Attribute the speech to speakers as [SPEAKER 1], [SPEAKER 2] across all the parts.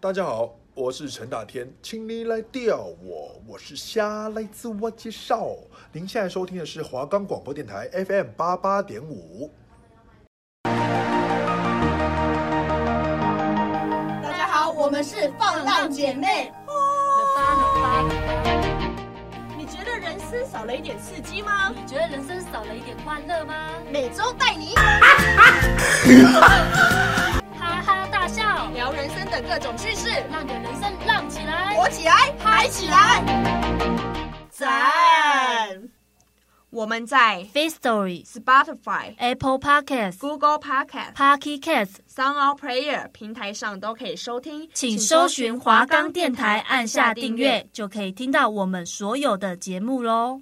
[SPEAKER 1] 大家好，我是陈大天，请你来钓我，我是虾，来自我介绍。您现在收听的是华冈广播电台 FM 八八点五。
[SPEAKER 2] 大家好，我们是放浪姐妹。你觉得人生少了一点刺激吗？
[SPEAKER 3] 你觉得人生少了一点欢乐吗？
[SPEAKER 2] 每周带你
[SPEAKER 3] 哈哈大笑，
[SPEAKER 2] 聊人生的各种趣事，
[SPEAKER 3] 让你的人生浪起来。
[SPEAKER 2] 火起来，嗨起来，赞！我们在
[SPEAKER 3] Face Story、
[SPEAKER 2] Spotify、
[SPEAKER 3] Apple Podcasts、
[SPEAKER 2] Google Podcast、
[SPEAKER 3] Pocket Casts，
[SPEAKER 2] Sound Out Player 平台上都可以收听，
[SPEAKER 3] 请搜寻华冈电台，按下订阅。，就可以听到我们所有的节目喽。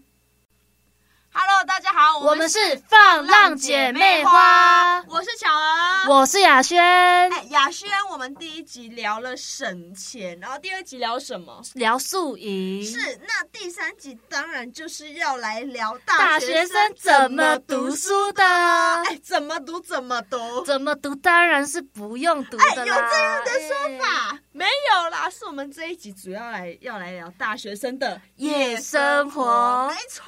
[SPEAKER 2] Hello，大家好，
[SPEAKER 3] 我们是放浪姐妹花，
[SPEAKER 2] 我是巧儿，
[SPEAKER 3] 我是雅轩，
[SPEAKER 2] 哎，雅轩，我们第一集聊了省钱，然后第二集聊什么？
[SPEAKER 3] 聊宿营。
[SPEAKER 2] 是，那第三集当然就是要来聊大
[SPEAKER 3] 大
[SPEAKER 2] 学
[SPEAKER 3] 学
[SPEAKER 2] 生
[SPEAKER 3] 生怎么读
[SPEAKER 2] 书。
[SPEAKER 3] 书的？
[SPEAKER 2] 哎，怎么读怎么读，
[SPEAKER 3] 怎么读当然是不用读
[SPEAKER 2] 哎，
[SPEAKER 3] 的
[SPEAKER 2] 有这
[SPEAKER 3] 啦。
[SPEAKER 2] 样的说
[SPEAKER 3] 哎
[SPEAKER 2] 法、没有啦？是我们这一集主要来要来聊大学生的
[SPEAKER 3] 夜生活
[SPEAKER 2] 没错，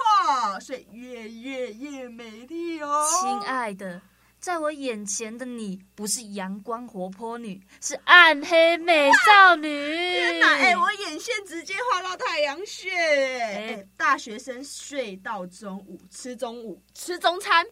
[SPEAKER 2] 所以越越越美丽哦，
[SPEAKER 3] 亲爱的，在我眼前的你不是阳光活泼女，是暗黑美少女。
[SPEAKER 2] 天哪！哎、我眼线直接画到太阳穴。哎、大学生睡到中午，吃中午，吃中餐，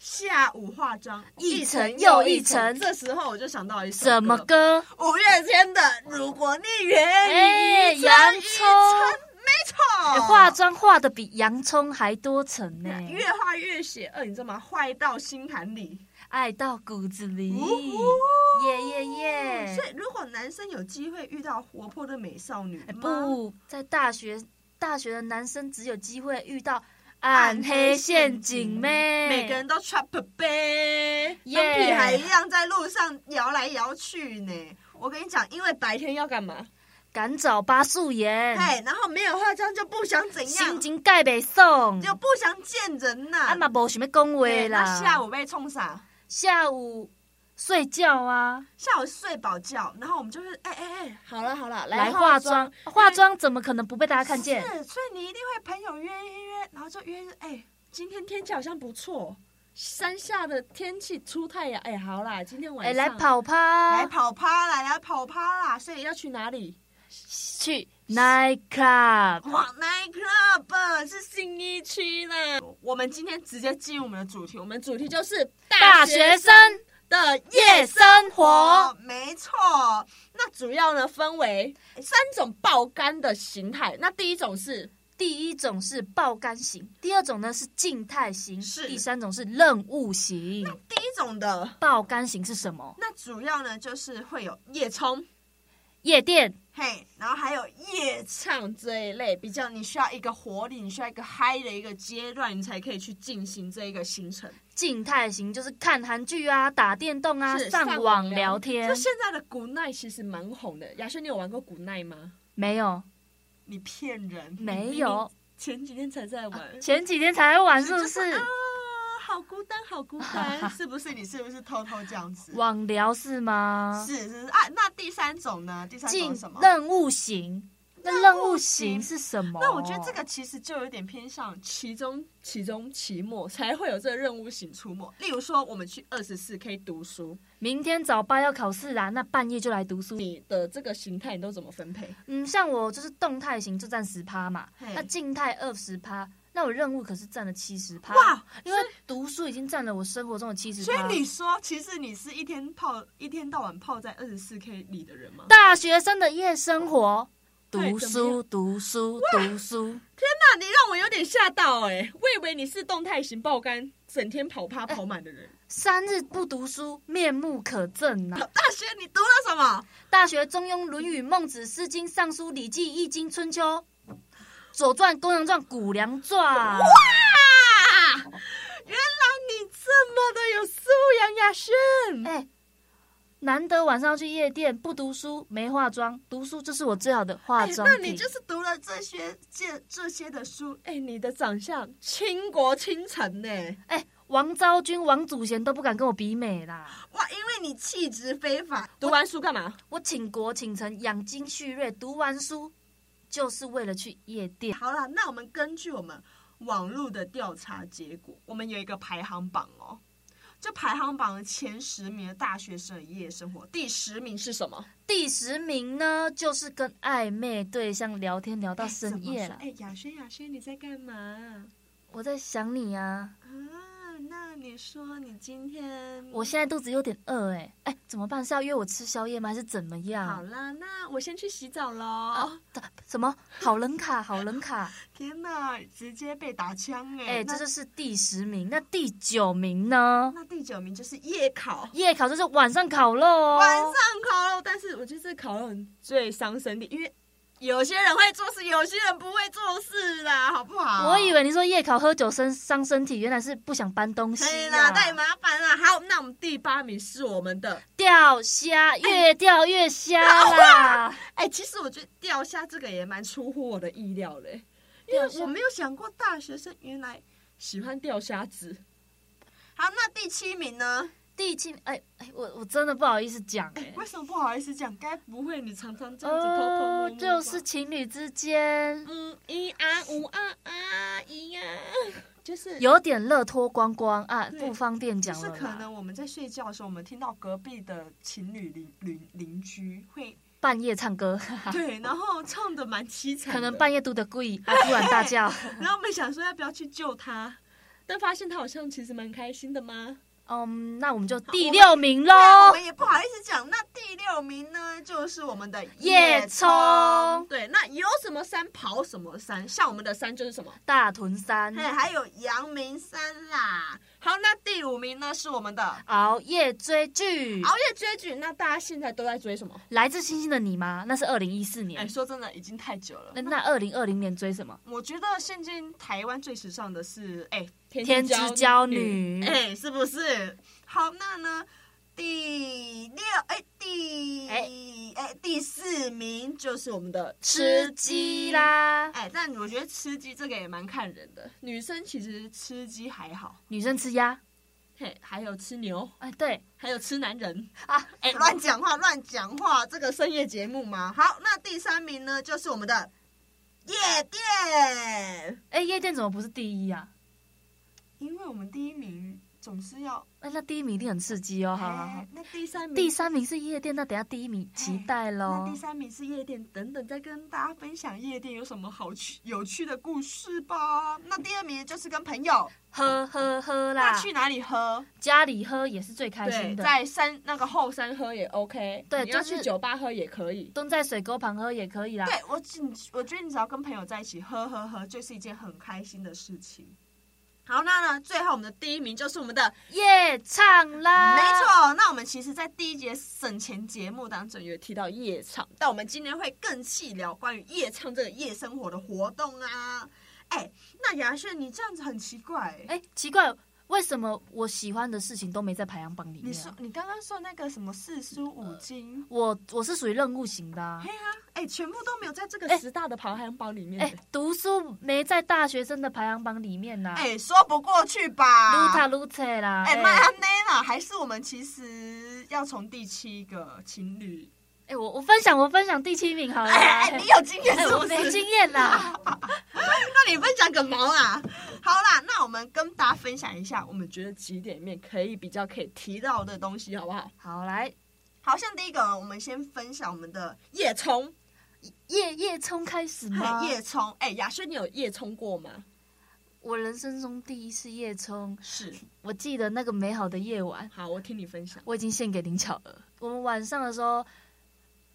[SPEAKER 2] 下午化妆，
[SPEAKER 3] 一层又一层
[SPEAKER 2] 这时候我就想到一首
[SPEAKER 3] 什么？歌？
[SPEAKER 2] 五月天的《如果你愿
[SPEAKER 3] 哎
[SPEAKER 2] 意》。
[SPEAKER 3] 洋葱
[SPEAKER 2] 没错。
[SPEAKER 3] 哎化妆化的比洋葱还多层呢、
[SPEAKER 2] 哦越画越邪恶，你知道吗？坏到心坎里。
[SPEAKER 3] 爱到骨子里。
[SPEAKER 2] 呜
[SPEAKER 3] 耶耶耶
[SPEAKER 2] 所！以，如果男生有机会遇到活泼的美少女，
[SPEAKER 3] 哎
[SPEAKER 2] 妈
[SPEAKER 3] 不，在大学，大学的男生只有机会遇到暗黑陷阱妹。
[SPEAKER 2] 每个人都 trap 呗，跟
[SPEAKER 3] 耶
[SPEAKER 2] 屁孩一样在路上摇来摇去呢。我跟你讲，因为白天要干嘛？
[SPEAKER 3] 赶早八素颜，
[SPEAKER 2] 哎，然后没有化妆就不想怎样
[SPEAKER 3] 嗯心，情盖北送。
[SPEAKER 2] 就不想见人呐、
[SPEAKER 3] 啊嘛无想要讲话
[SPEAKER 2] 对
[SPEAKER 3] 啦。
[SPEAKER 2] 那下午被冲啥？
[SPEAKER 3] 下午睡觉啊，
[SPEAKER 2] 下午睡饱觉，然后我们就是哎哎哎，好了好了，
[SPEAKER 3] 来
[SPEAKER 2] 化
[SPEAKER 3] 化妆，化妆怎么可能不被大家看见？
[SPEAKER 2] 是，所以你一定会朋友约一约，然后就约哎，今天天气好像不错，山下的天气出太阳，哎，好啦，今天晚
[SPEAKER 3] 哎，
[SPEAKER 2] 上
[SPEAKER 3] 来跑
[SPEAKER 2] 来
[SPEAKER 3] 趴，
[SPEAKER 2] 跑趴啦，来跑趴啦，所以要去哪里？
[SPEAKER 3] 去 night club，
[SPEAKER 2] 哇，night club 是新一区啦。我们今天直接进入我们的主题，我们主题就是
[SPEAKER 3] 大学生
[SPEAKER 2] 的
[SPEAKER 3] 夜
[SPEAKER 2] 夜生
[SPEAKER 3] 生活
[SPEAKER 2] 活。，哦没错。那主要呢分为三种爆肝的形态。那第一种是
[SPEAKER 3] 第一种是爆肝型，第二种呢是静态型，
[SPEAKER 2] 是
[SPEAKER 3] 第三种是任务型。
[SPEAKER 2] 第一种的，
[SPEAKER 3] 爆肝型是什么？
[SPEAKER 2] 那主要呢就是会有夜冲。
[SPEAKER 3] 夜店，
[SPEAKER 2] 嘿，然后还有夜唱这一类，比较你需要一个活力，你需要一个嗨的一个阶段，你才可以去进行这一个行程。
[SPEAKER 3] 静态型就是看韩剧啊、打电动啊、
[SPEAKER 2] 是
[SPEAKER 3] 上网聊天
[SPEAKER 2] 就。现在的古奈其实蛮红的。雅轩，你有玩过古奈吗？
[SPEAKER 3] 没有，
[SPEAKER 2] 你骗人，
[SPEAKER 3] 没
[SPEAKER 2] 嗯
[SPEAKER 3] 有，，
[SPEAKER 2] 前几天才在玩。
[SPEAKER 3] 前几天才玩，是不？
[SPEAKER 2] 啊嗯就是啊，好孤单，好孤 单，是不是？你是不是偷偷这样子？
[SPEAKER 3] 网聊是吗？
[SPEAKER 2] 是是是啊，那第三种呢？第三种
[SPEAKER 3] 进
[SPEAKER 2] 是什么？
[SPEAKER 3] 任务型。那任务型
[SPEAKER 2] 型
[SPEAKER 3] 是什么？
[SPEAKER 2] 那我觉得这个其实就有点偏向其中、其中、其末才会有这个任务型出没。例如说，我们去二十四 K 读书，
[SPEAKER 3] 明天早八要考试啦，那半夜就来读书。
[SPEAKER 2] 你的这个形态你都怎么分配？
[SPEAKER 3] 嗯，像我就是动态型就占十趴嘛
[SPEAKER 2] 嘿，
[SPEAKER 3] 那静态二十趴，那我任务可是占了七十趴。
[SPEAKER 2] 哇！
[SPEAKER 3] 因为读书已经占了我生活中的七十
[SPEAKER 2] 所
[SPEAKER 3] 趴。
[SPEAKER 2] 以你说，其实你是一天泡一天到晚泡在二十四 K 里的人吗？
[SPEAKER 3] 大学生的夜生活，
[SPEAKER 2] 哎
[SPEAKER 3] 读
[SPEAKER 2] 怎么
[SPEAKER 3] 书，读书，读书。
[SPEAKER 2] 那你让我有点吓到哎、我以为你是动态型爆肝，整天跑趴跑满的 人。
[SPEAKER 3] 三日不读书，面目可憎啊呐、
[SPEAKER 2] 大学你读了什么？
[SPEAKER 3] 大学《中庸》《论语》《孟子》《诗经》《尚书》《礼记》《易经》《春秋》《左传》《公羊传》《谷梁传》。
[SPEAKER 2] 啊！原来你这么的有素养呀，轩！
[SPEAKER 3] 哎、难得晚上要去夜店，不读书，没化妆，读书就是我最好的化
[SPEAKER 2] 哎
[SPEAKER 3] 妆
[SPEAKER 2] 那
[SPEAKER 3] 品。
[SPEAKER 2] 你就是读了这些这这些的书，哎、你的长相倾国倾城呢、
[SPEAKER 3] 哎、王昭君、王祖贤都不敢跟我比美啦。
[SPEAKER 2] 哇，因为你气质非凡，
[SPEAKER 4] 读完书干嘛？
[SPEAKER 3] 我倾国倾城、养精蓄锐，读完书就是为了去夜店。
[SPEAKER 2] 好啦，那我们根据我们网络的调查结果，我们有一个排行榜哦。这排行榜的前十名的大学生的夜生活，第十名是什么？
[SPEAKER 3] 第十名呢，就是跟暧昧对象聊天聊到深夜了。
[SPEAKER 2] 哎，雅轩，雅轩，你在干嘛？
[SPEAKER 3] 我在想你啊，
[SPEAKER 2] 啊，那你说你今天
[SPEAKER 3] 我现在肚子有点饿哎、哎、怎么办？是要约我吃宵夜吗？还是怎么
[SPEAKER 2] 好
[SPEAKER 3] 样？
[SPEAKER 2] 啦，那我先去洗澡喽。
[SPEAKER 3] 哦什么好人卡， 好人卡，
[SPEAKER 2] 天哪，直接被打枪哎、
[SPEAKER 3] 哎、
[SPEAKER 2] 那
[SPEAKER 3] 这就是第十名。那第九名呢？
[SPEAKER 2] 那第九名就是夜烤，
[SPEAKER 3] 夜烤就是晚上烤肉哦，
[SPEAKER 2] 晚上烤肉，但是我觉得这烤肉最伤身体，因为有些人会做事，有些人不会做事啦，好不好？
[SPEAKER 3] 我以为你说夜烤喝酒身伤身体，原来是不想搬东西
[SPEAKER 2] 可以
[SPEAKER 3] 啊
[SPEAKER 2] 啦，哎太麻烦啦。好，那我们第八名是我们的，
[SPEAKER 3] 钓虾越钓越虾 啦。
[SPEAKER 2] 哎、其实我觉得钓虾这个也蛮出乎我的意料的、因
[SPEAKER 3] 钓
[SPEAKER 2] 为
[SPEAKER 3] 虾
[SPEAKER 2] 我没有想过大学生原来喜欢钓虾子。好，那第七名呢？
[SPEAKER 3] 第七，哎哎，我我真的不好意思讲
[SPEAKER 2] 哎、
[SPEAKER 3] 哎、
[SPEAKER 2] 为什么不好意思讲？该不会你常 常这样子偷偷摸摸
[SPEAKER 3] 哦，
[SPEAKER 2] 吧
[SPEAKER 3] 就是情侣之间
[SPEAKER 2] 嗯一啊五啊啊一啊，就是
[SPEAKER 3] 有点乐脱光光啊，
[SPEAKER 2] 对
[SPEAKER 3] 不方便
[SPEAKER 2] 就
[SPEAKER 3] 讲
[SPEAKER 2] 是
[SPEAKER 3] 了
[SPEAKER 2] 可
[SPEAKER 3] 啦。
[SPEAKER 2] 能我们在睡觉的时候，我们听到隔壁的情侣邻邻邻居会
[SPEAKER 3] 半夜 唱歌，
[SPEAKER 2] 对，然后唱的蛮凄惨的，
[SPEAKER 3] 可能半夜读的 贵啊，突然大叫。
[SPEAKER 2] 然后我们想说要不要去救他，但发现他好像其实蛮开心的嘛。
[SPEAKER 3] 嗯，那我们就第六名喽。
[SPEAKER 2] 那我们也不好意思讲。那第六名呢，就是我们的
[SPEAKER 3] 叶
[SPEAKER 2] 冲
[SPEAKER 3] 冲。
[SPEAKER 2] 对，那有什么山跑什么山，像我们的山就是什么，
[SPEAKER 3] 大屯山
[SPEAKER 2] 嘿，还有阳明山啦。嗯好，那第五名呢是我们的
[SPEAKER 3] 熬夜追剧，《
[SPEAKER 2] 熬夜追剧。那大家现在都在追什么？
[SPEAKER 3] 来自星星的你》吗？那是二零一四
[SPEAKER 2] 哎、
[SPEAKER 3] 年。
[SPEAKER 2] 说真的，已经太久了。
[SPEAKER 3] 那那二零二零年追什么？
[SPEAKER 2] 我觉得现今台湾最时尚的是，哎、
[SPEAKER 3] 天之娇女。
[SPEAKER 2] 哎、是不是？好，那呢，第六，哎、第，哎、第四名就是我们的
[SPEAKER 3] 吃鸡。啦！
[SPEAKER 2] 哎、但我觉得吃鸡这个也蛮看人的，女生其实吃鸡还好，
[SPEAKER 3] 女生吃鸭，
[SPEAKER 2] 嘿，还有吃牛，
[SPEAKER 3] 哎，对
[SPEAKER 2] 还有吃男人。
[SPEAKER 3] 啊，
[SPEAKER 2] 哎、乱讲话，乱讲话，这个深夜节目嘛。好，那第三名呢，就是我们的夜店，
[SPEAKER 3] 哎，夜店怎么不是第一啊？
[SPEAKER 2] 因为我们第一名总是要，
[SPEAKER 3] 哎那那第一名一定很刺激哦！好好好
[SPEAKER 2] 哎，那第三名，
[SPEAKER 3] 第三名是夜店，那等下第一名期待
[SPEAKER 2] 那
[SPEAKER 3] 喽
[SPEAKER 2] 第。三名是夜店，等等再跟大家分享夜店有什么好趣有趣的故事吧。那第二名就是跟朋友，
[SPEAKER 3] 喝喝喝
[SPEAKER 2] 那
[SPEAKER 3] 啦！
[SPEAKER 2] 去哪里喝？
[SPEAKER 3] 家里喝也是最开
[SPEAKER 2] 对，
[SPEAKER 3] 心啊的，
[SPEAKER 2] 在山那个后山喝也 OK，
[SPEAKER 3] 对
[SPEAKER 2] 你要
[SPEAKER 3] 就是
[SPEAKER 2] 去酒吧喝也可以。
[SPEAKER 3] 蹲在水沟旁喝也可以啦。
[SPEAKER 2] 对我只，我觉得你只要跟朋友在一起喝喝喝，就是一件很开心的事情。好，那呢，最后我们的第一名就是我们的，
[SPEAKER 3] 夜唱啦！
[SPEAKER 2] 没，错。那我们其实，在第一节省钱节目当中有提到夜唱，但我们今天会更细聊关于夜唱这个夜生活的活动啊。哎，那雅轩，你这样子很奇怪、哎，
[SPEAKER 3] 哎，奇怪，为什么我喜欢的事情都没在排行榜里
[SPEAKER 2] 你
[SPEAKER 3] 面
[SPEAKER 2] 说
[SPEAKER 3] 啊？
[SPEAKER 2] 你刚刚说那个什么四书
[SPEAKER 3] 呃
[SPEAKER 2] 五经，
[SPEAKER 3] 我我是属于任务型的啊。
[SPEAKER 2] 嘿啊，哎，全部都没有在这个
[SPEAKER 3] 哎
[SPEAKER 2] 十大的排行榜里面、
[SPEAKER 3] 哎，读书没在大学生的排行榜里面呐。
[SPEAKER 2] 哎、说不过去吧？
[SPEAKER 3] 撸塔撸菜啦！
[SPEAKER 2] 哎，麦安内啦，还是我们其实要从第七个情侣。
[SPEAKER 3] 哎，我我分享我分享第七名好了啦。
[SPEAKER 2] 哎哎，你有经验
[SPEAKER 3] 哎
[SPEAKER 2] 是
[SPEAKER 3] 我
[SPEAKER 2] 不
[SPEAKER 3] 没
[SPEAKER 2] 是？
[SPEAKER 3] 经验啦。
[SPEAKER 2] 那你分享个毛啊！好啦，那我们跟大家分享一下，我们觉得几点面可以比较可以提到的东西，好不好？
[SPEAKER 3] 好，来
[SPEAKER 2] 好像第一个，我们先分享我们的夜冲，
[SPEAKER 3] 夜夜冲开始吗
[SPEAKER 2] 嘿？夜冲。哎，雅轩，你有夜冲过吗？
[SPEAKER 3] 我人生中第一次夜冲，
[SPEAKER 2] 是。
[SPEAKER 3] 我记得那个美好的夜晚，
[SPEAKER 2] 好，我听你分享。
[SPEAKER 3] 我已经献给林巧儿。我们晚上的时候，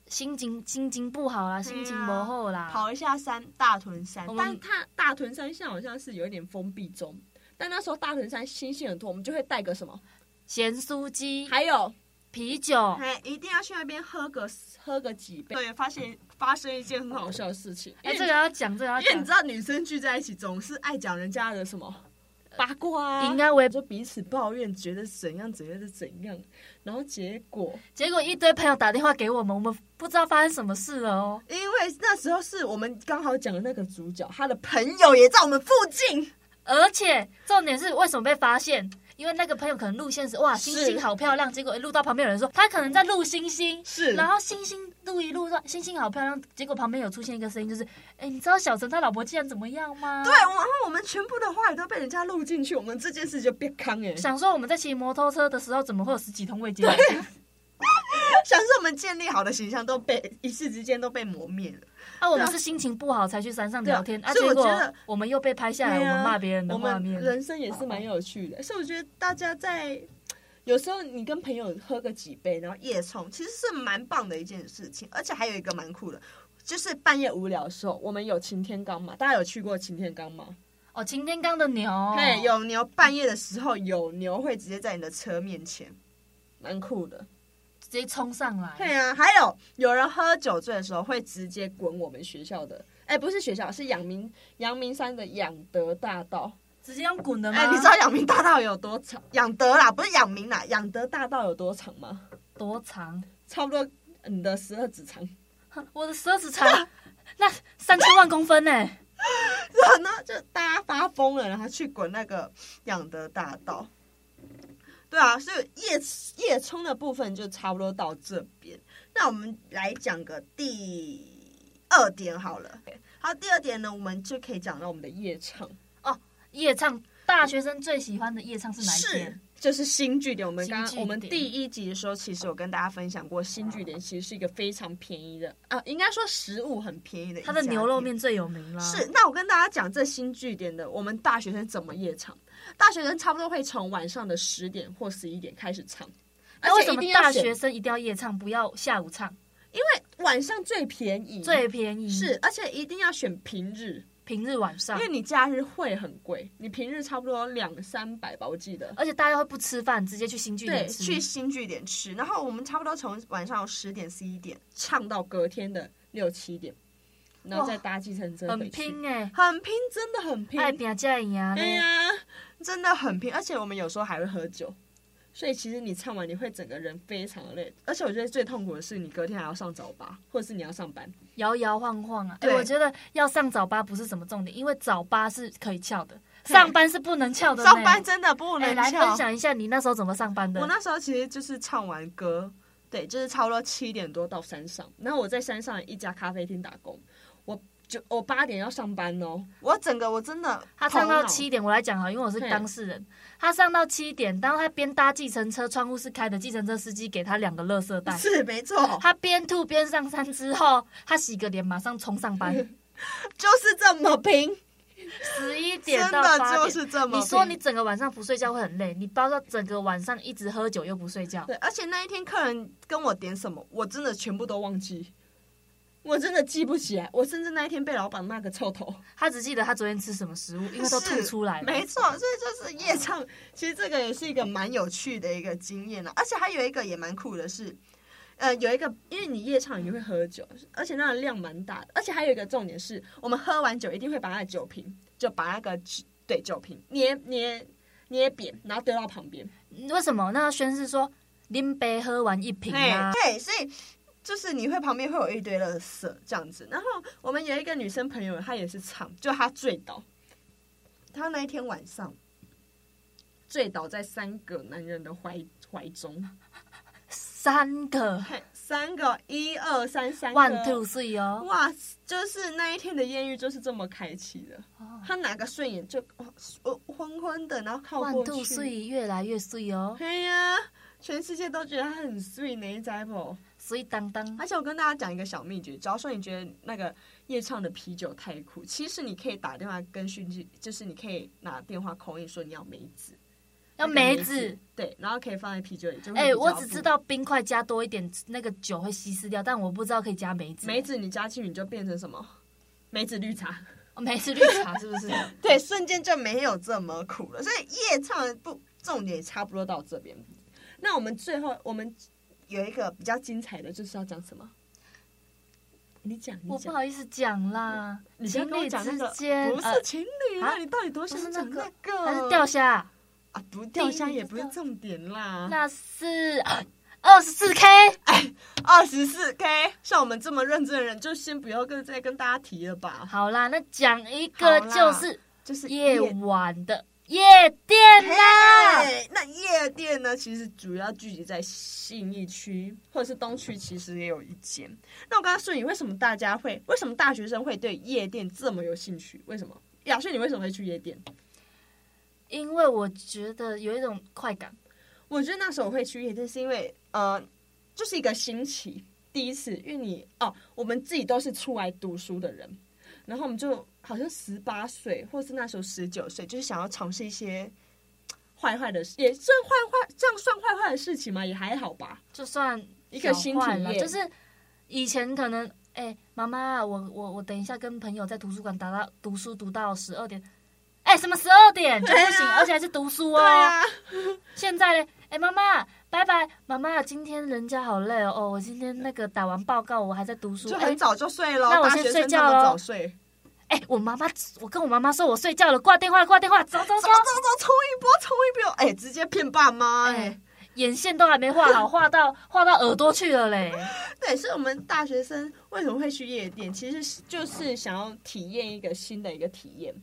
[SPEAKER 3] 心情心情不好啦，心情不好啦。
[SPEAKER 2] 啊跑一下山，大屯山
[SPEAKER 3] 我，们
[SPEAKER 2] 但它大屯山现在好像是有一点封闭中，但那时候大屯山星星很多，我们就会带个什么？
[SPEAKER 3] 咸酥鸡、
[SPEAKER 2] 还有，
[SPEAKER 3] 啤酒，
[SPEAKER 2] 还一定要去那边喝个喝个几杯。对，发现发生一件很好笑的事情，
[SPEAKER 3] 哎，
[SPEAKER 2] 因
[SPEAKER 3] 这
[SPEAKER 2] 为
[SPEAKER 3] 个要讲，这个要
[SPEAKER 2] 因为你知
[SPEAKER 3] 讲。
[SPEAKER 2] 道女生聚在一起总是爱讲人家的什么八卦啊，
[SPEAKER 3] 应该为
[SPEAKER 2] 就彼此抱怨，觉得怎样怎样的怎样，然后结果
[SPEAKER 3] 结果一堆朋友打电话给我们，我们不知道发生什么事了哦。
[SPEAKER 2] 因为那时候是我们刚好讲的那个主角，他的朋友也在我们附近，
[SPEAKER 3] 而且重点是为什么被发现？因为那个朋友可能录线时，哇，
[SPEAKER 2] 是
[SPEAKER 3] 星星好漂亮，结果录到旁边有人说他可能在录星星，
[SPEAKER 2] 是
[SPEAKER 3] 然后星星录一录说星星好漂亮，结果旁边有出现一个声音，就是，哎，你知道小陈他老婆竟然怎么样吗？
[SPEAKER 2] 对，然后我们全部的话语都被人家录进去，我们这件事就别康哎。
[SPEAKER 3] 想说我们在骑摩托车的时候，怎么会有十几通未接？
[SPEAKER 2] 想说我们建立好的形象都被一时之间都被磨灭了。
[SPEAKER 3] 啊，我们是心情不好才去山上聊天
[SPEAKER 2] 对啊
[SPEAKER 3] 啊，
[SPEAKER 2] 所以
[SPEAKER 3] 结
[SPEAKER 2] 我
[SPEAKER 3] 果
[SPEAKER 2] 觉得啊
[SPEAKER 3] 我们又被拍下来，我
[SPEAKER 2] 对啊
[SPEAKER 3] 们骂别人的画
[SPEAKER 2] 我
[SPEAKER 3] 面
[SPEAKER 2] 们。人生也是蛮有趣的。所以我觉得大家在有时候你跟朋友喝个几杯，然后夜冲，其实是蛮棒的一件事情。而且还有一个蛮酷的，就是半夜无聊的时候，我们有擎天岗嘛，大家有去过擎天岗吗？
[SPEAKER 3] 哦，擎天岗的牛，
[SPEAKER 2] 对，有牛，半夜的时候有牛会直接在你的车面前，蛮酷的。
[SPEAKER 3] 直接冲上来，
[SPEAKER 2] 对啊，还有有人喝酒醉的时候会直接滚我们学校的，哎、不是学校，是阳明阳明山的养德大道。
[SPEAKER 3] 直接用滚的吗？
[SPEAKER 2] 哎、你知道阳明大道有多长？养德啦，不是养明啦，养德大道有多长吗？
[SPEAKER 3] 多长？
[SPEAKER 2] 差不多你的十二指肠。
[SPEAKER 3] 哼我的舌子长，那三千万公分呢？
[SPEAKER 2] 然后呢，就大家发疯了，然后去滚那个养德大道。对啊，所以夜夜冲的部分就差不多到这边。那我们来讲个第二点好了。好，第二点呢，我们就可以讲到我们的夜唱，
[SPEAKER 3] 夜唱，大学生最喜欢的夜唱是哪一天？
[SPEAKER 2] 就是新据点。我们刚刚
[SPEAKER 3] 新据点
[SPEAKER 2] 我们第一集的时候，其实有跟大家分享过，新据点其实是一个非常便宜的，啊，应该说食物很便宜的一家
[SPEAKER 3] 他
[SPEAKER 2] 店。
[SPEAKER 3] 的牛肉面最有名啦。
[SPEAKER 2] 是，那我跟大家讲这新据点的，我们大学生怎么夜唱？大学生差不多会从晚上的十点或十一点开始唱，而
[SPEAKER 3] 那为
[SPEAKER 2] 且
[SPEAKER 3] 什
[SPEAKER 2] 一
[SPEAKER 3] 么
[SPEAKER 2] 定要
[SPEAKER 3] 大
[SPEAKER 2] 选
[SPEAKER 3] 学生一定要夜唱，不要下午唱？
[SPEAKER 2] 因为晚上最便宜，
[SPEAKER 3] 最便宜
[SPEAKER 2] 是，而且一定要选平日，
[SPEAKER 3] 平日晚上
[SPEAKER 2] 因为，你假日会很贵，你平日差不多两三百吧，我记得。
[SPEAKER 3] 而且大家会不吃饭，直接去新剧
[SPEAKER 2] 对，
[SPEAKER 3] 店吃。
[SPEAKER 2] 去新据点吃，然后我们差不多从晚上十点十一点唱到隔天的六七点，然后再
[SPEAKER 3] 哇
[SPEAKER 2] 搭计程车
[SPEAKER 3] 很
[SPEAKER 2] 回去，
[SPEAKER 3] 拼哎、
[SPEAKER 2] 很拼，真的很拼，
[SPEAKER 3] 爱拼才赢啊！
[SPEAKER 2] 对呀、真的很拼，而且我们有时候还会喝酒，所以其实你唱完你会整个人非常的累，而且我觉得最痛苦的是你隔天还要上早八，或者是你要上班。
[SPEAKER 3] 摇摇晃晃啊！哎、
[SPEAKER 2] 对
[SPEAKER 3] 我觉得要上早八不是什么重点，因为早八是可以翘的，上班是不能翘的呢。
[SPEAKER 2] 上班真的不
[SPEAKER 3] 哎、
[SPEAKER 2] 能
[SPEAKER 3] 来
[SPEAKER 2] 翘。
[SPEAKER 3] 分享一下你那时候怎么上班的
[SPEAKER 2] 我？那时候其实就是唱完歌，嗯对，就是差不多七点多到山上，然后我在山上一家咖啡厅打工，我就我八点要上班哦，我整个我真的
[SPEAKER 3] 他上到
[SPEAKER 2] 头脑
[SPEAKER 3] 七点，我来讲哈，因为我是
[SPEAKER 2] 对
[SPEAKER 3] 当事人。他上到七点，当他边搭计程车，窗户是开的，计程车司机给他两个垃圾袋。
[SPEAKER 2] 是没错，
[SPEAKER 3] 他边吐边上山之后，他洗个脸，马上冲上班，
[SPEAKER 2] 就是这么拼，
[SPEAKER 3] 十一点
[SPEAKER 2] 真
[SPEAKER 3] 到
[SPEAKER 2] 的
[SPEAKER 3] 八
[SPEAKER 2] 就
[SPEAKER 3] 点。
[SPEAKER 2] 是这么拼。
[SPEAKER 3] 你说你整个晚上不睡觉会很累，你包括整个晚上一直喝酒又不睡觉，
[SPEAKER 2] 对，而且那一天客人跟我点什么，我真的全部都忘记，我真的记不起来。我甚至那一天被老板骂个臭头，
[SPEAKER 3] 他只记得他昨天吃什么食物，因为都吐出来
[SPEAKER 2] 是
[SPEAKER 3] 了。
[SPEAKER 2] 没错，所以就是夜唱，其实这个也是一个蛮有趣的一个经验啊了、而且还有一个也蛮酷的是。呃，有一个，因为你夜唱你会喝酒，而且那个量蛮大的，而且还有一个重点是，我们喝完酒一定会把那个酒瓶，就把那个纸对酒瓶捏捏捏扁，然后丢到旁边。
[SPEAKER 3] 为什么？那要宣誓说拎杯喝完一瓶啊，
[SPEAKER 2] 对，所以就是你会旁边会有一堆垃圾这样子。然后我们有一个女生朋友，她也是唱，就她醉倒，她那一天晚上醉倒在三个男人的怀怀中，
[SPEAKER 3] 三个
[SPEAKER 2] 嘿三个一二三三个
[SPEAKER 3] one two three 哦，
[SPEAKER 2] 哇，就是那一天的艳遇就是这么开启的。
[SPEAKER 3] 哦
[SPEAKER 2] 她哪个顺眼就哦哦昏昏的，然后靠
[SPEAKER 3] one
[SPEAKER 2] 过
[SPEAKER 3] two
[SPEAKER 2] 去，
[SPEAKER 3] three 越来越碎哦，
[SPEAKER 2] 嘿呀、全世界都觉得她很 sweet 呢，一在不？
[SPEAKER 3] 碎当当。
[SPEAKER 2] 而且我跟大家讲一个小秘诀，只要说你觉得那个夜唱的啤酒太苦，其实你可以打电话跟讯息，就是你可以拿电话口音说你要梅子，
[SPEAKER 3] 要
[SPEAKER 2] 那个
[SPEAKER 3] 梅
[SPEAKER 2] 哦子
[SPEAKER 3] 子，，
[SPEAKER 2] 对，然后可以放在啤酒里。就会
[SPEAKER 3] 哎、
[SPEAKER 2] 比较
[SPEAKER 3] 我只知
[SPEAKER 2] 不
[SPEAKER 3] 道冰块加多一点，那个酒会稀释掉，但我不知道可以加梅子。
[SPEAKER 2] 梅子你加进去你就变成什么梅子绿茶，
[SPEAKER 3] 哦梅子绿茶是不是？
[SPEAKER 2] 对，瞬间就没有这么苦了。所以夜唱不重点差不多到这边。那我们最后我们有一个比较精彩的就是要讲什么？你讲，你
[SPEAKER 3] 我不
[SPEAKER 2] 讲。
[SPEAKER 3] 好意思讲啦，
[SPEAKER 2] 你
[SPEAKER 3] 情
[SPEAKER 2] 先跟我
[SPEAKER 3] 侣
[SPEAKER 2] 讲那
[SPEAKER 3] 之
[SPEAKER 2] 个，
[SPEAKER 3] 间，
[SPEAKER 2] 不
[SPEAKER 3] 呃
[SPEAKER 2] 是，情侣啊，
[SPEAKER 3] 啊
[SPEAKER 2] 你到底多
[SPEAKER 3] 不
[SPEAKER 2] 想
[SPEAKER 3] 是
[SPEAKER 2] 讲
[SPEAKER 3] 那
[SPEAKER 2] 那个？
[SPEAKER 3] 还是掉虾，
[SPEAKER 2] 啊？不掉下
[SPEAKER 3] 地狱
[SPEAKER 2] 也
[SPEAKER 3] 不
[SPEAKER 2] 不是
[SPEAKER 3] 掉
[SPEAKER 2] 重点啦。
[SPEAKER 3] 那是二十四 K，
[SPEAKER 2] 二十四 K，像我们这么认真的人，就先不要跟再跟大家提了吧。
[SPEAKER 3] 好啦，那讲一个
[SPEAKER 2] 好啦
[SPEAKER 3] 就是
[SPEAKER 2] 就是
[SPEAKER 3] 夜晚的夜店啦。
[SPEAKER 2] 嘿那夜店呢，其实主要聚集在信义区或者是东区，其实也有一间。那我刚刚说你为什么大家会，为什么大学生会对夜店这么有兴趣？为什么？雅轩，你为什么会去夜店？
[SPEAKER 3] 因为我觉得有一种快感，
[SPEAKER 2] 我觉得那时候我会去夜店，是因为呃，就是一个新奇，第一次，因为你哦，我们自己都是出来读书的人，然后我们就好像十八岁，或是那时候十九岁，就是想要尝试一些坏坏的事，也算坏坏，这样算坏坏的事情吗？也还好吧。
[SPEAKER 3] 就算
[SPEAKER 2] 一个
[SPEAKER 3] 小
[SPEAKER 2] 新
[SPEAKER 3] 坏
[SPEAKER 2] 体
[SPEAKER 3] 了，
[SPEAKER 2] 验
[SPEAKER 3] 就是以前可能，哎、妈妈，我我我等一下跟朋友在图书馆打到读书读到十二点，哎、什么十二点就 不行，而且还是读书哦。
[SPEAKER 2] 对啊，
[SPEAKER 3] 现在呢，哎、妈妈，拜拜，妈妈，今天人家好累哦，哦我今天那个打完报告，我还在读书，
[SPEAKER 2] 就
[SPEAKER 3] 哎、
[SPEAKER 2] 很早就睡了。
[SPEAKER 3] 那我
[SPEAKER 2] 大
[SPEAKER 3] 先
[SPEAKER 2] 学
[SPEAKER 3] 睡
[SPEAKER 2] 生
[SPEAKER 3] 觉
[SPEAKER 2] 这么
[SPEAKER 3] 咯
[SPEAKER 2] 早睡，
[SPEAKER 3] 哎、我妈妈，我跟我妈妈说我睡觉了，挂电话，挂电话，走
[SPEAKER 2] 走
[SPEAKER 3] 走走
[SPEAKER 2] 走，走，冲一波，冲一波，哎、直接骗爸妈哎、
[SPEAKER 3] 哎眼线都还没画好，画到画到耳朵去 了嘞。
[SPEAKER 2] 对，所以我们大学生为什么会去夜店？其实是就是想要体验一个新的一个体验，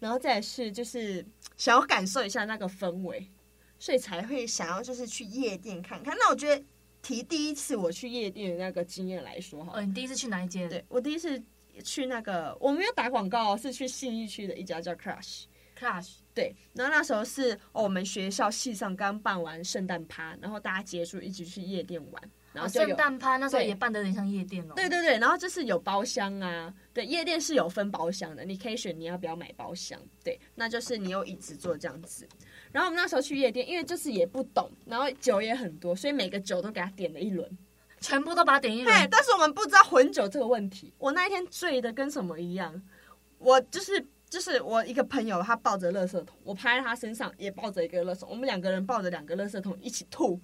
[SPEAKER 2] 然后再来是就是想要感受一下那个氛围，所以才会想要就是去夜店看看。那我觉得提第一次我去夜店的那个经验来说哈
[SPEAKER 3] 哦，，你第一次去哪一间？
[SPEAKER 2] 对我第一次去那个我没有打广告哦，是去信义区的一家叫 Crush。
[SPEAKER 3] ，Crush，
[SPEAKER 2] 对，然后那时候是、哦、我们学校系上刚办完圣诞趴，然后大家结束一起去夜店玩，然后就有
[SPEAKER 3] 哦圣诞趴那时候
[SPEAKER 2] 哦对
[SPEAKER 3] 也办得有点像夜店哦。
[SPEAKER 2] 对对对，然后就是有包厢啊，对，夜店是有分包厢的，你可以选你要不要买包厢，对，那就是你有椅子坐这样子。然后我们那时候去夜店，因为就是也不懂，然后酒也很多，所以每个酒都给他点了一轮。
[SPEAKER 3] 全部都把它点一
[SPEAKER 2] 对，
[SPEAKER 3] 轮。
[SPEAKER 2] 但是我们不知道混酒这个问题。我那一天醉的跟什么一样，我就是就是我一个朋友，他抱着垃圾桶，我趴在他身上也抱着一个垃圾桶，我们两个人抱着两个垃圾桶一起吐。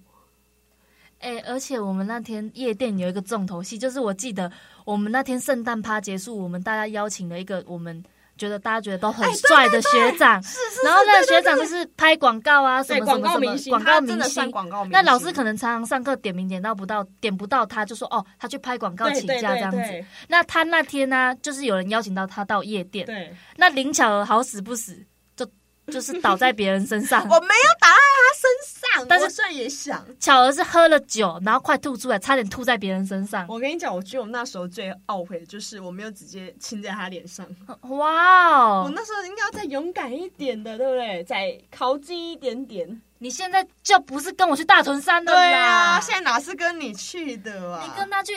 [SPEAKER 3] 哎、而且我们那天夜店有一个重头戏，就是我记得我们那天圣诞趴结束，我们大家邀请了一个我们觉得大家觉得都
[SPEAKER 2] 哎
[SPEAKER 3] 很帅的学长，然后那个学长就是拍广告啊什
[SPEAKER 2] 对，
[SPEAKER 3] 么什
[SPEAKER 2] 广
[SPEAKER 3] 么
[SPEAKER 2] 告
[SPEAKER 3] 什
[SPEAKER 2] 明
[SPEAKER 3] 么
[SPEAKER 2] 星，
[SPEAKER 3] 广告
[SPEAKER 2] 他真
[SPEAKER 3] 明
[SPEAKER 2] 的算
[SPEAKER 3] 星。
[SPEAKER 2] 广告明星。
[SPEAKER 3] 那老师可能常常上课点名点到不到，点不到他就说哦，他去拍广告
[SPEAKER 2] 对
[SPEAKER 3] 请
[SPEAKER 2] 对
[SPEAKER 3] 假
[SPEAKER 2] 对
[SPEAKER 3] 这样子。
[SPEAKER 2] 对
[SPEAKER 3] 那他那天呢、就是有人邀请到他到夜店，
[SPEAKER 2] 对。
[SPEAKER 3] 那林巧儿好死不死
[SPEAKER 2] ，
[SPEAKER 3] 就就是倒在别人身上
[SPEAKER 2] 我没有打在他身上，
[SPEAKER 3] 但是
[SPEAKER 2] 我虽然也想。
[SPEAKER 3] 巧儿是喝了酒，然后快吐出来，差点吐在别人身上。
[SPEAKER 2] 我跟你讲，我觉得我那时候最懊悔的就是我没有直接亲在他脸上。
[SPEAKER 3] 哇
[SPEAKER 2] 我
[SPEAKER 3] 哦！
[SPEAKER 2] 那时候应该要再勇敢一点的，对不对？再靠近一点点。
[SPEAKER 3] 你现在就不是跟我去大屯山的啦，
[SPEAKER 2] 啊，现在哪是跟你去的啊？
[SPEAKER 3] 你跟他去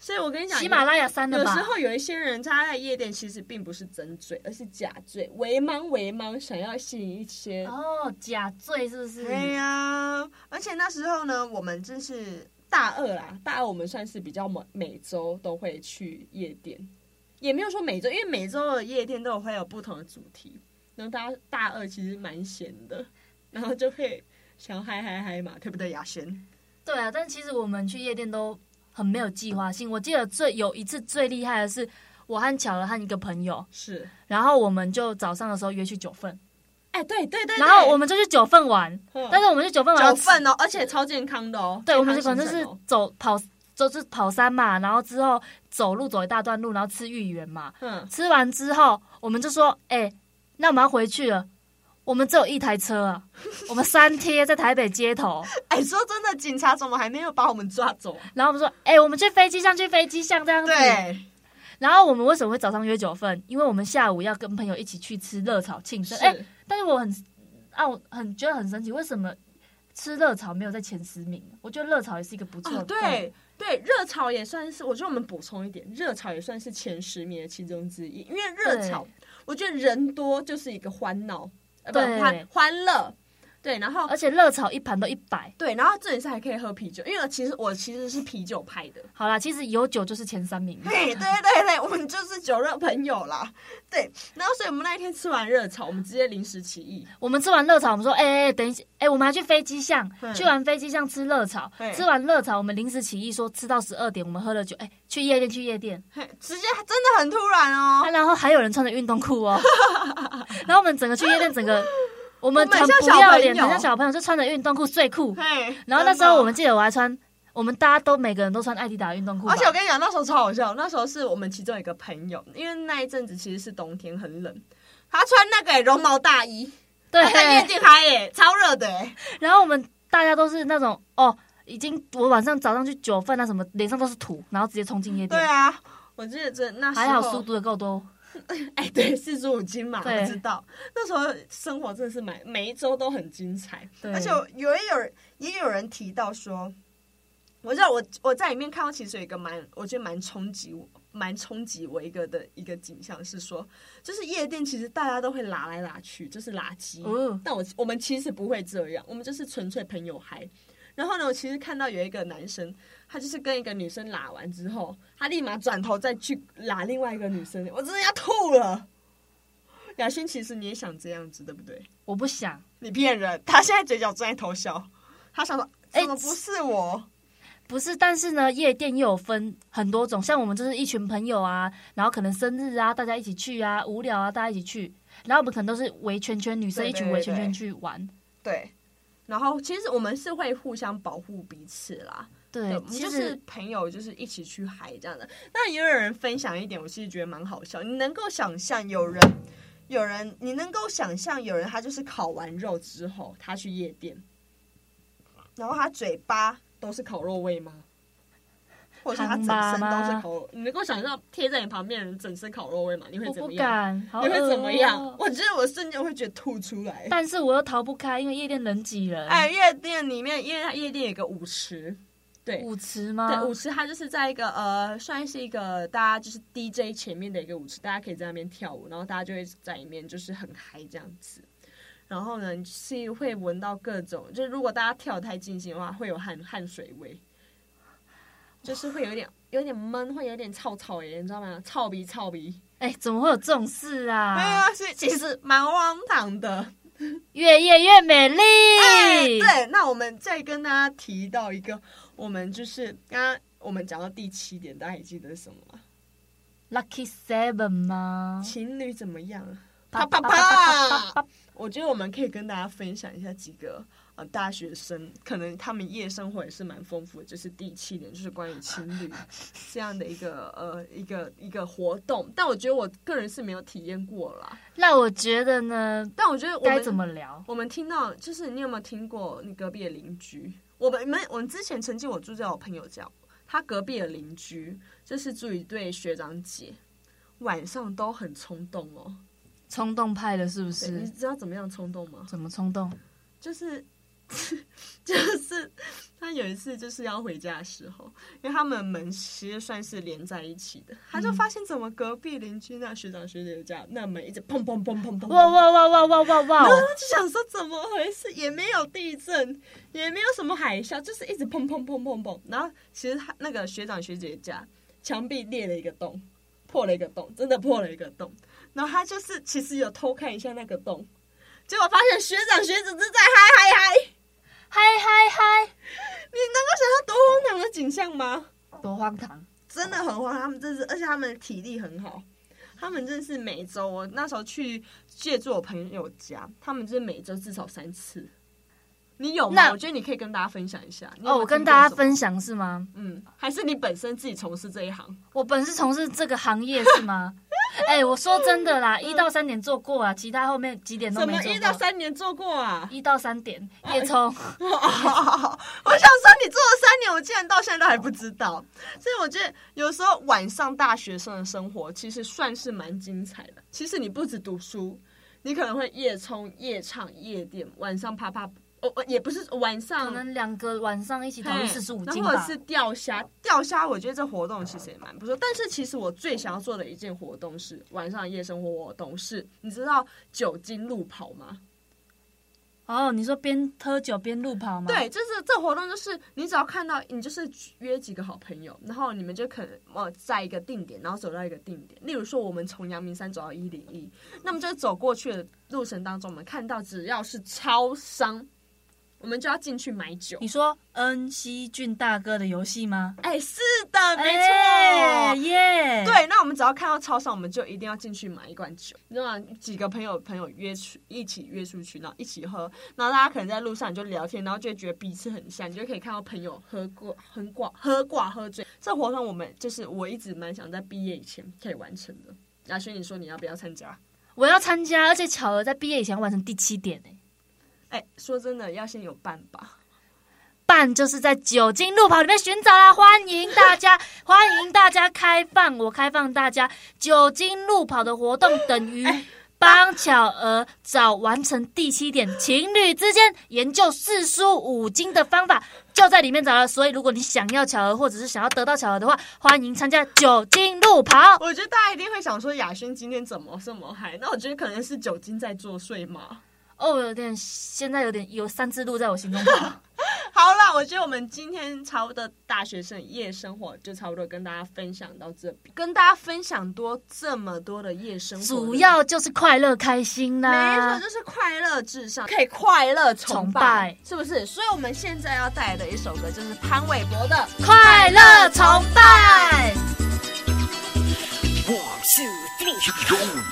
[SPEAKER 2] 所以我跟你讲，
[SPEAKER 3] 喜马拉雅山
[SPEAKER 2] 有
[SPEAKER 3] 的
[SPEAKER 2] 有
[SPEAKER 3] 吧
[SPEAKER 2] 时？候有一些人他在夜店其实并不是真醉，而是假醉，为茫为茫，想要吸引一些。
[SPEAKER 3] 哦，假醉是不是？
[SPEAKER 2] 对哎呀、而且那时候呢，我们就是大二啦，大二我们算是比较每每周都会去夜店，也没有说每周，因为每周的夜店都有会有不同的主题。然后大大二其实蛮闲的，然后就会想要嗨嗨嗨嘛，对不对，雅轩？
[SPEAKER 3] 对啊，但其实我们去夜店都很没有计划性。我记得最有一次最厉害的是，我和巧儿和一个朋友，
[SPEAKER 2] 是，
[SPEAKER 3] 然后我们就早上的时候约去九份，
[SPEAKER 2] 哎，对对对对
[SPEAKER 3] 然后我们就去九份玩，
[SPEAKER 2] 嗯
[SPEAKER 3] 但是我们去九份玩
[SPEAKER 2] 九份哦，而且超健康的哦。
[SPEAKER 3] 对，我们
[SPEAKER 2] 健
[SPEAKER 3] 可
[SPEAKER 2] 康
[SPEAKER 3] 能就
[SPEAKER 2] 行程
[SPEAKER 3] 是
[SPEAKER 2] 哦
[SPEAKER 3] 走跑，就是跑山嘛，然后之后走路走一大段路，然后吃芋圆嘛。
[SPEAKER 2] 嗯，
[SPEAKER 3] 吃完之后，我们就说，哎、那我们要回去了。我们只有一台车啊，我们三贴在台北街头，
[SPEAKER 2] 哎，说真的，警察怎么还没有把我们抓走？
[SPEAKER 3] 然后我们说，哎、我们去飞机上，去飞机上这样子。
[SPEAKER 2] 对，
[SPEAKER 3] 然后我们为什么会早上约九份？因为我们下午要跟朋友一起去吃热炒庆
[SPEAKER 2] 是
[SPEAKER 3] 生。哎、但是我很啊，我很觉得很神奇，为什么吃热炒没有在前十名？我觉得热炒也是一个不错的、
[SPEAKER 2] 哦，对对，热炒也算是，我觉得我们补充一点，热炒也算是前十名的其中之一，因为热炒，我觉得人多就是一个欢闹，呃，不
[SPEAKER 3] 对
[SPEAKER 2] 欢欢乐，对，然后
[SPEAKER 3] 而且热炒一盘都一百。
[SPEAKER 2] 对，然后这里是还可以喝啤酒，因为其实我其实是啤酒派的，
[SPEAKER 3] 好啦，其实有酒就是前三名。
[SPEAKER 2] 嘿，对对对，我们就是酒肉朋友啦，对，然后所以我们那一天吃完热炒，我们直接临时起意，
[SPEAKER 3] 我们吃完热炒，我们说，哎、哎、哎等一下，哎、我们还去飞机巷
[SPEAKER 2] 嗯，
[SPEAKER 3] 去完飞机巷吃热炒
[SPEAKER 2] 嗯，
[SPEAKER 3] 吃完热炒，我们临时起意说吃到十二点，我们喝了酒，哎、去夜店去夜店、
[SPEAKER 2] 嘿，直接真的很突然哦
[SPEAKER 3] 啊，，然后还有人穿着运动 裤哦，然后我们整个去夜店，整个我们
[SPEAKER 2] 我们
[SPEAKER 3] 很
[SPEAKER 2] 像
[SPEAKER 3] 不
[SPEAKER 2] 小
[SPEAKER 3] 要脸，
[SPEAKER 2] 朋友
[SPEAKER 3] 很像小朋友，就穿着运动裤睡裤，
[SPEAKER 2] 嘿，
[SPEAKER 3] 然后那
[SPEAKER 2] 真
[SPEAKER 3] 时候
[SPEAKER 2] 的
[SPEAKER 3] 我们记得我还穿，我们大家都每个人都穿艾迪达的运动裤吧，
[SPEAKER 2] 而且我跟你讲，那时候超好笑。那时候是我们其中一欸哎个朋友，因为那一阵子其实是冬天，很冷，他穿那个绒毛大衣，
[SPEAKER 3] 对，
[SPEAKER 2] 还在夜店嗨耶，超热的哎，
[SPEAKER 3] 然后我们大家都是那种哦，已经我晚上早上去九份啊什么，脸上都是土，然后直接冲进夜
[SPEAKER 2] 对
[SPEAKER 3] 店。
[SPEAKER 2] 啊，哦我记得这那时候
[SPEAKER 3] 还好书读的够多，
[SPEAKER 2] 哎、对，四十五斤嘛，
[SPEAKER 3] 对
[SPEAKER 2] 我知道。那时候生活真的是蛮每一周都很精彩，
[SPEAKER 3] 对
[SPEAKER 2] 而且有也有也有人提到说，我知道我我在里面看到其实有一个蛮我觉得蛮冲击我蛮冲击我一个的一个景象是说，就是夜店其实大家都会拉来拉去，就是垃圾。
[SPEAKER 3] 哦
[SPEAKER 2] 但我我们其实不会这样，我们就是纯粹朋友嗨。然后呢，我其实看到有一个男生，他就是跟一个女生拉完之后，他立马转头再去拉另外一个女生，我真的要吐了。雅轩，其实你也想这样子，对不对？
[SPEAKER 3] 我不想。
[SPEAKER 2] 你骗人！他现在嘴角正在偷笑，他想说：“
[SPEAKER 3] 哎
[SPEAKER 2] 怎么不是我？
[SPEAKER 3] 不是，但是呢，夜店又有分很多种，像我们就是一群朋友啊，然后可能生日啊，大家一起去啊，无聊啊，大家一起去，然后我们可能都是围圈圈，女生
[SPEAKER 2] 对
[SPEAKER 3] 一群
[SPEAKER 2] 对
[SPEAKER 3] 围圈
[SPEAKER 2] 对
[SPEAKER 3] 圈去玩。
[SPEAKER 2] 对。”然后其实我们是会互相保护彼此啦，对，
[SPEAKER 3] 对
[SPEAKER 2] 我，们
[SPEAKER 3] 其
[SPEAKER 2] 就是
[SPEAKER 3] 实
[SPEAKER 2] 朋友，就是一起去嗨这样的。那也有人分享一点，我其实觉得蛮好笑。你能够想象有人，有人，你能够想象有人，他就是烤完肉之后，他去夜店，然后他嘴巴都是烤肉味吗？或者是他整身都是烤肉？你能够想象贴在你旁边的人整身烤肉味吗？你会
[SPEAKER 3] 我
[SPEAKER 2] 怎
[SPEAKER 3] 不
[SPEAKER 2] 么样？
[SPEAKER 3] 敢，好
[SPEAKER 2] 你会
[SPEAKER 3] 恶
[SPEAKER 2] 怎么样
[SPEAKER 3] 哦？
[SPEAKER 2] 我觉得我瞬间会觉得吐出来。
[SPEAKER 3] 但是我又逃不开，因为夜店人挤人。
[SPEAKER 2] 哎，夜店里面，因为它夜店有个舞池，对，
[SPEAKER 3] 舞池吗？
[SPEAKER 2] 对，舞池它就是在一个呃，算是一个大家就是 DJ 前面的一个舞池，大家可以在那边跳舞，然后大家就会在里面就是很嗨这样子。然后呢，是会闻到各种，就是如果大家跳得太尽兴的话，会有汗汗水味，就是会有点有点闷，会有点臭臭耶，你知道吗？臭鼻臭鼻。
[SPEAKER 3] 哎、怎么会有这种事啊？
[SPEAKER 2] 对啊，所以其实蛮荒唐的。
[SPEAKER 3] 越夜越美丽。
[SPEAKER 2] 哎，对，那我们再跟大家提到一个，我们就是刚刚我们讲到第七点，大家还记得是什么吗？
[SPEAKER 3] Lucky Seven 吗？
[SPEAKER 2] 情侣怎么样？啪
[SPEAKER 3] 嗯啪
[SPEAKER 2] 啪
[SPEAKER 3] 啪
[SPEAKER 2] 啪
[SPEAKER 3] 啪
[SPEAKER 2] 啪啪！我觉得我们可以跟大家分享一下几个呃大学生，可能他们夜生活也是蛮丰富的。就是第七点，就是关于情侣这样的一个呃一个一个活动，但我觉得我个人是没有体验过啦。
[SPEAKER 3] 那我觉得呢，
[SPEAKER 2] 但我觉得我
[SPEAKER 3] 该
[SPEAKER 2] 们
[SPEAKER 3] 怎么聊？
[SPEAKER 2] 我们听到就是你有没有听过你隔壁的邻居？我们没，我们之前曾经我住在我朋友家，他隔壁的邻居就是住一对学长姐，晚上都很冲动哦。
[SPEAKER 3] 冲动派的是不
[SPEAKER 2] 对你
[SPEAKER 3] 是？
[SPEAKER 2] 知道怎么样冲动吗？
[SPEAKER 3] 怎么冲动？
[SPEAKER 2] 就是 就是他有一次就是要回家的时候，因为他们门其实算是连在一起的，他
[SPEAKER 3] 嗯
[SPEAKER 2] 就发现怎么隔壁邻居那学长学姐家那门一直砰砰砰砰砰砰
[SPEAKER 3] 哇哇哇哇哇哇哇！
[SPEAKER 2] 然后哦就想说怎么回事，也没有地震，也没有什么海啸，就是一直砰砰砰砰砰。然后其实他那个学长学姐家墙壁裂了一个洞，破了一个洞，真的破了一个洞。然后他就是其实有偷看一下那个洞，结果发现学长学姐正在嗨嗨嗨，
[SPEAKER 3] 嗨嗨
[SPEAKER 2] 你能够想象多荒唐的景象吗？
[SPEAKER 3] 嗨！多荒唐！
[SPEAKER 2] 真的很荒唐，他们真是，而且他们体力很好，他们真是每周，我那时候去借住我朋友家，他们就是每周至少三次。你有吗？
[SPEAKER 3] 那
[SPEAKER 2] 我觉得你可以跟大家分享一下。你有没有
[SPEAKER 3] 哦，我跟
[SPEAKER 2] 听过
[SPEAKER 3] 大
[SPEAKER 2] 什
[SPEAKER 3] 家
[SPEAKER 2] 么，
[SPEAKER 3] 分享是吗？
[SPEAKER 2] 嗯，还是你本身自己从事这一行？
[SPEAKER 3] 我本是从事这个行业 是吗？哎、我说真的啦，一到三点做过啊，其他后面几点都
[SPEAKER 2] 怎
[SPEAKER 3] 没
[SPEAKER 2] 么
[SPEAKER 3] 做过。
[SPEAKER 2] 一到三年做过啊？
[SPEAKER 3] 一到三点夜冲，
[SPEAKER 2] 我想说，你做了三年，我竟然到现在都还不知道。所以我觉得，有时候晚上大学生的生活其实算是蛮精彩的。其实你不止读书，你可能会夜冲、夜唱、夜店，晚上啪啪，哦，哦也不是晚
[SPEAKER 3] 可
[SPEAKER 2] 上
[SPEAKER 3] 能两个晚上一起讨论
[SPEAKER 2] 嘿
[SPEAKER 3] 四十五
[SPEAKER 2] 然
[SPEAKER 3] 斤
[SPEAKER 2] 后或者
[SPEAKER 3] 吧。
[SPEAKER 2] 是钓虾，钓虾，我觉得这活动其实也蛮不错。但是其实我最想要做的一件活动是晚上的夜生活活动是，你知道酒精路跑吗？
[SPEAKER 3] 哦，你说边喝酒边路跑吗？，
[SPEAKER 2] 对，就是这活动，就是你只要看到，你就是约几个好朋友，然后你们就可能呃在一个定点，然后走到一个定点。例如说，我们从阳明山走到一零一，那么这走过去的路程当中，我们看到只要是超商，我们就要进去买酒
[SPEAKER 3] 你。说恩熙俊大哥的游戏吗？
[SPEAKER 2] 哎，是的，没错。
[SPEAKER 3] 哎耶！
[SPEAKER 2] 对，那我们只要看到超商，我们就一定要进去买一罐酒，你知道吗？几个朋友朋友约去一起约出去，然后一起喝，然后大家可能在路上你就聊天，然后就会觉得彼此很像，你就可以看到朋友喝过、喝挂、喝挂、喝醉。这活动我们就是我一直蛮想在毕业以前可以完成的。雅轩，你说你要不要参加？
[SPEAKER 3] 我要参加，而且巧儿在毕业以前要完成第七点哎、
[SPEAKER 2] 哎、说真的，要先有伴吧。
[SPEAKER 3] 办就是在酒精路跑里面寻找啦，欢迎大家， 欢迎大家开放，我开放大家酒精路跑的活动等于帮巧儿找完成第七点，情侣之间研究四书五经的方法就在里面找了。所以如果你想要巧儿，或者是想要得到巧儿的话，欢迎参加酒精路跑。
[SPEAKER 2] 我觉得大家一定会想说，雅轩今天怎么这么嗨？那我觉得可能是酒精在作祟嘛。
[SPEAKER 3] 哦，我有点现在有点有三只鹿在我心中跑。
[SPEAKER 2] 好啦，我觉得我们今天差不多大学生夜生活就差不多跟大家分享到这边，跟大家分享多这么多的夜生活，
[SPEAKER 3] 主要啊就是快乐开心啦、
[SPEAKER 2] 没错，就是快乐至上，可以快乐崇
[SPEAKER 3] 崇
[SPEAKER 2] 拜
[SPEAKER 3] 拜，
[SPEAKER 2] 是不是？所以我们现在要带来的一首歌就是潘玮柏的《
[SPEAKER 3] 快乐崇拜。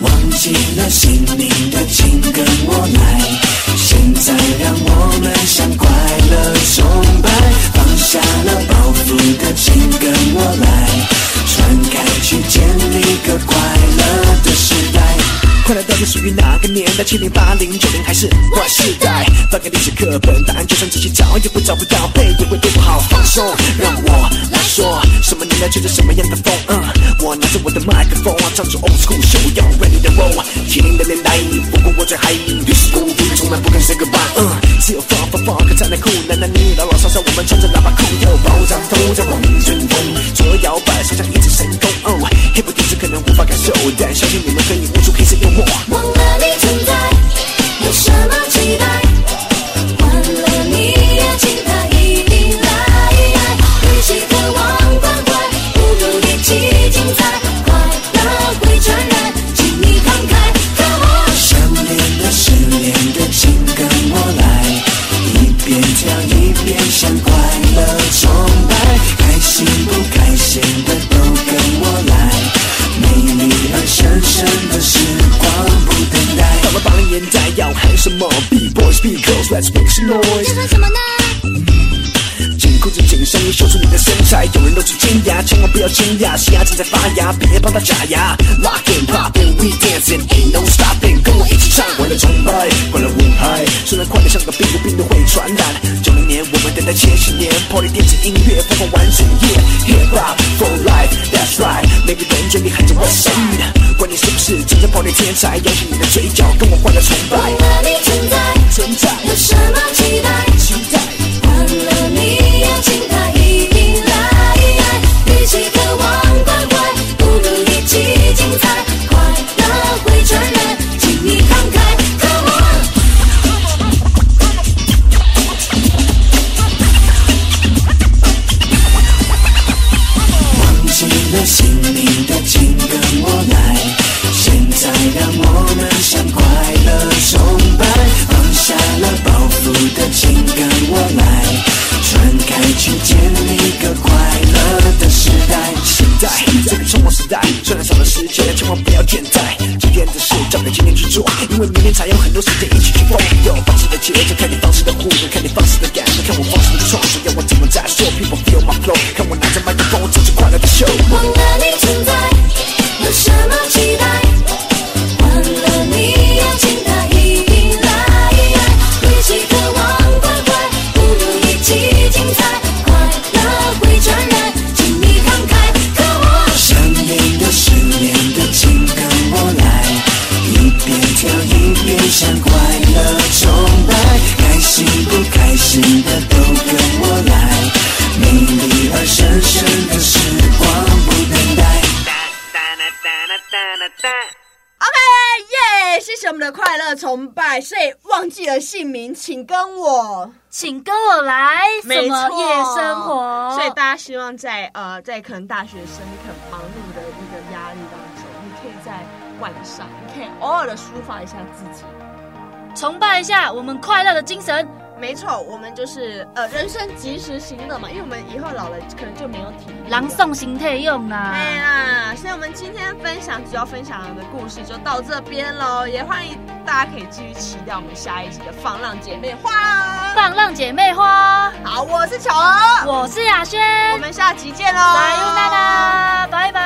[SPEAKER 4] 忘记了姓名的，请跟我来。现在让我们向快乐崇拜，放下了包袱的，请跟我来。传开去建立个快乐的时代。快乐到底属于哪个年代？七零八零九零还是划时代？翻开历史课本，答案就算仔细找也会找不到，背也会背不好。放松，让我来说，什么年代吹着什么样的风？嗯，我拿着我的麦克风，唱出 old school，秀要 ready to roll。七零的年代，你不过我最嗨，于是无敌，从来不肯 say goodbye。嗯，只有 fun fun fun，可才能酷，男男女女老老少少，我们穿着喇叭裤，有爆炸头在往前冲，左摇摆，手掌一直神功。哦，hip hop 底子可能无法感受，但相信你们可以悟出黑色幽默。
[SPEAKER 5] 忘了你存在，有什么期待？换了你也请他一定来，一起渴望关怀，不如一起精彩，快乐会传染，请你慷慨，Come on！
[SPEAKER 4] 想念的、失恋的，请跟我来，一边跳一边向快乐崇拜，开心不开心的都跟我来，美丽而神圣的时光不等待。到了八零年代要喊什么？B boys, B girls, let's make some noise。
[SPEAKER 5] 算什么呢？
[SPEAKER 4] 紧扣着紧身衣，秀出你的身材。有人露出尖牙，千万不要惊讶，新芽正在发芽，别帮它假牙。Lock and pop and we dancing, ain't no stopping，跟我一起唱，快乐崇拜，快乐舞拍。虽然快乐像个病毒，病毒会传染。九零年，我们等待千禧年，Party 电子音乐疯狂玩整夜，Hip hop for life, that's right。每个人嘴里喊着 What's up，管你是不是真正 Party 天才，扬起你的嘴角，跟我快乐崇拜
[SPEAKER 5] 忘。了你存在，
[SPEAKER 4] 存在，
[SPEAKER 5] 有什么期待？
[SPEAKER 4] 期待。
[SPEAKER 5] 换了你也请他一定来，一起渴望关怀，不如一起精彩，快乐会传染，请你慷慨，Come on！
[SPEAKER 4] 忘记了姓名的，请跟我来。现在让我们向快乐崇拜，放下了包袱的，请跟我来。传开去建立个快乐的时代，时代，这个匆忙时代，虽然少了时间，千万不要倦怠。今天的事交给今天去做，因为明天才有很多时间一起去疯掉。放肆的节奏，看你放肆的互动，看你放肆的感受，看我放肆的创作，要我怎么再说？People feel my flow，看我拿着麦克风，这是快乐的 show。
[SPEAKER 5] 忘了你存在，有什么期待？换了你也请他一定来，一起渴望关怀，不如一起精彩，快乐会传染，请你慷慨，Come on！
[SPEAKER 4] 想念的、失恋的，请跟我来，一边跳一边向快乐崇拜，开心不开心的都跟我来，美丽而神圣的时光不等待。
[SPEAKER 2] 哎 OK，耶、谢谢我们的快乐崇拜。所以忘记了姓名，请跟我。
[SPEAKER 3] 请跟我来 什
[SPEAKER 2] 没
[SPEAKER 3] 么
[SPEAKER 2] 错，
[SPEAKER 3] 夜生活？
[SPEAKER 2] 所以大家希望在呃，在可能大学生可能忙碌的一个压力当中，你可以在晚上，你可以偶尔的抒发一下自己。
[SPEAKER 3] 崇拜一下我们快乐的精神。
[SPEAKER 2] 没错，我们就是呃，人生及时行乐嘛，因为我们以后老了可能就没有体力了。
[SPEAKER 3] 朗诵型退用啊！
[SPEAKER 2] 哎呀，所以我们今天分享主要分享的故事就到这边喽，也欢迎大家可以继续期待我们下一集的《放浪姐妹花》。
[SPEAKER 3] 放浪姐妹花，
[SPEAKER 2] 好，我是巧儿，
[SPEAKER 3] 我是雅轩，
[SPEAKER 2] 我们下集见喽，
[SPEAKER 3] 拜拜，拜拜。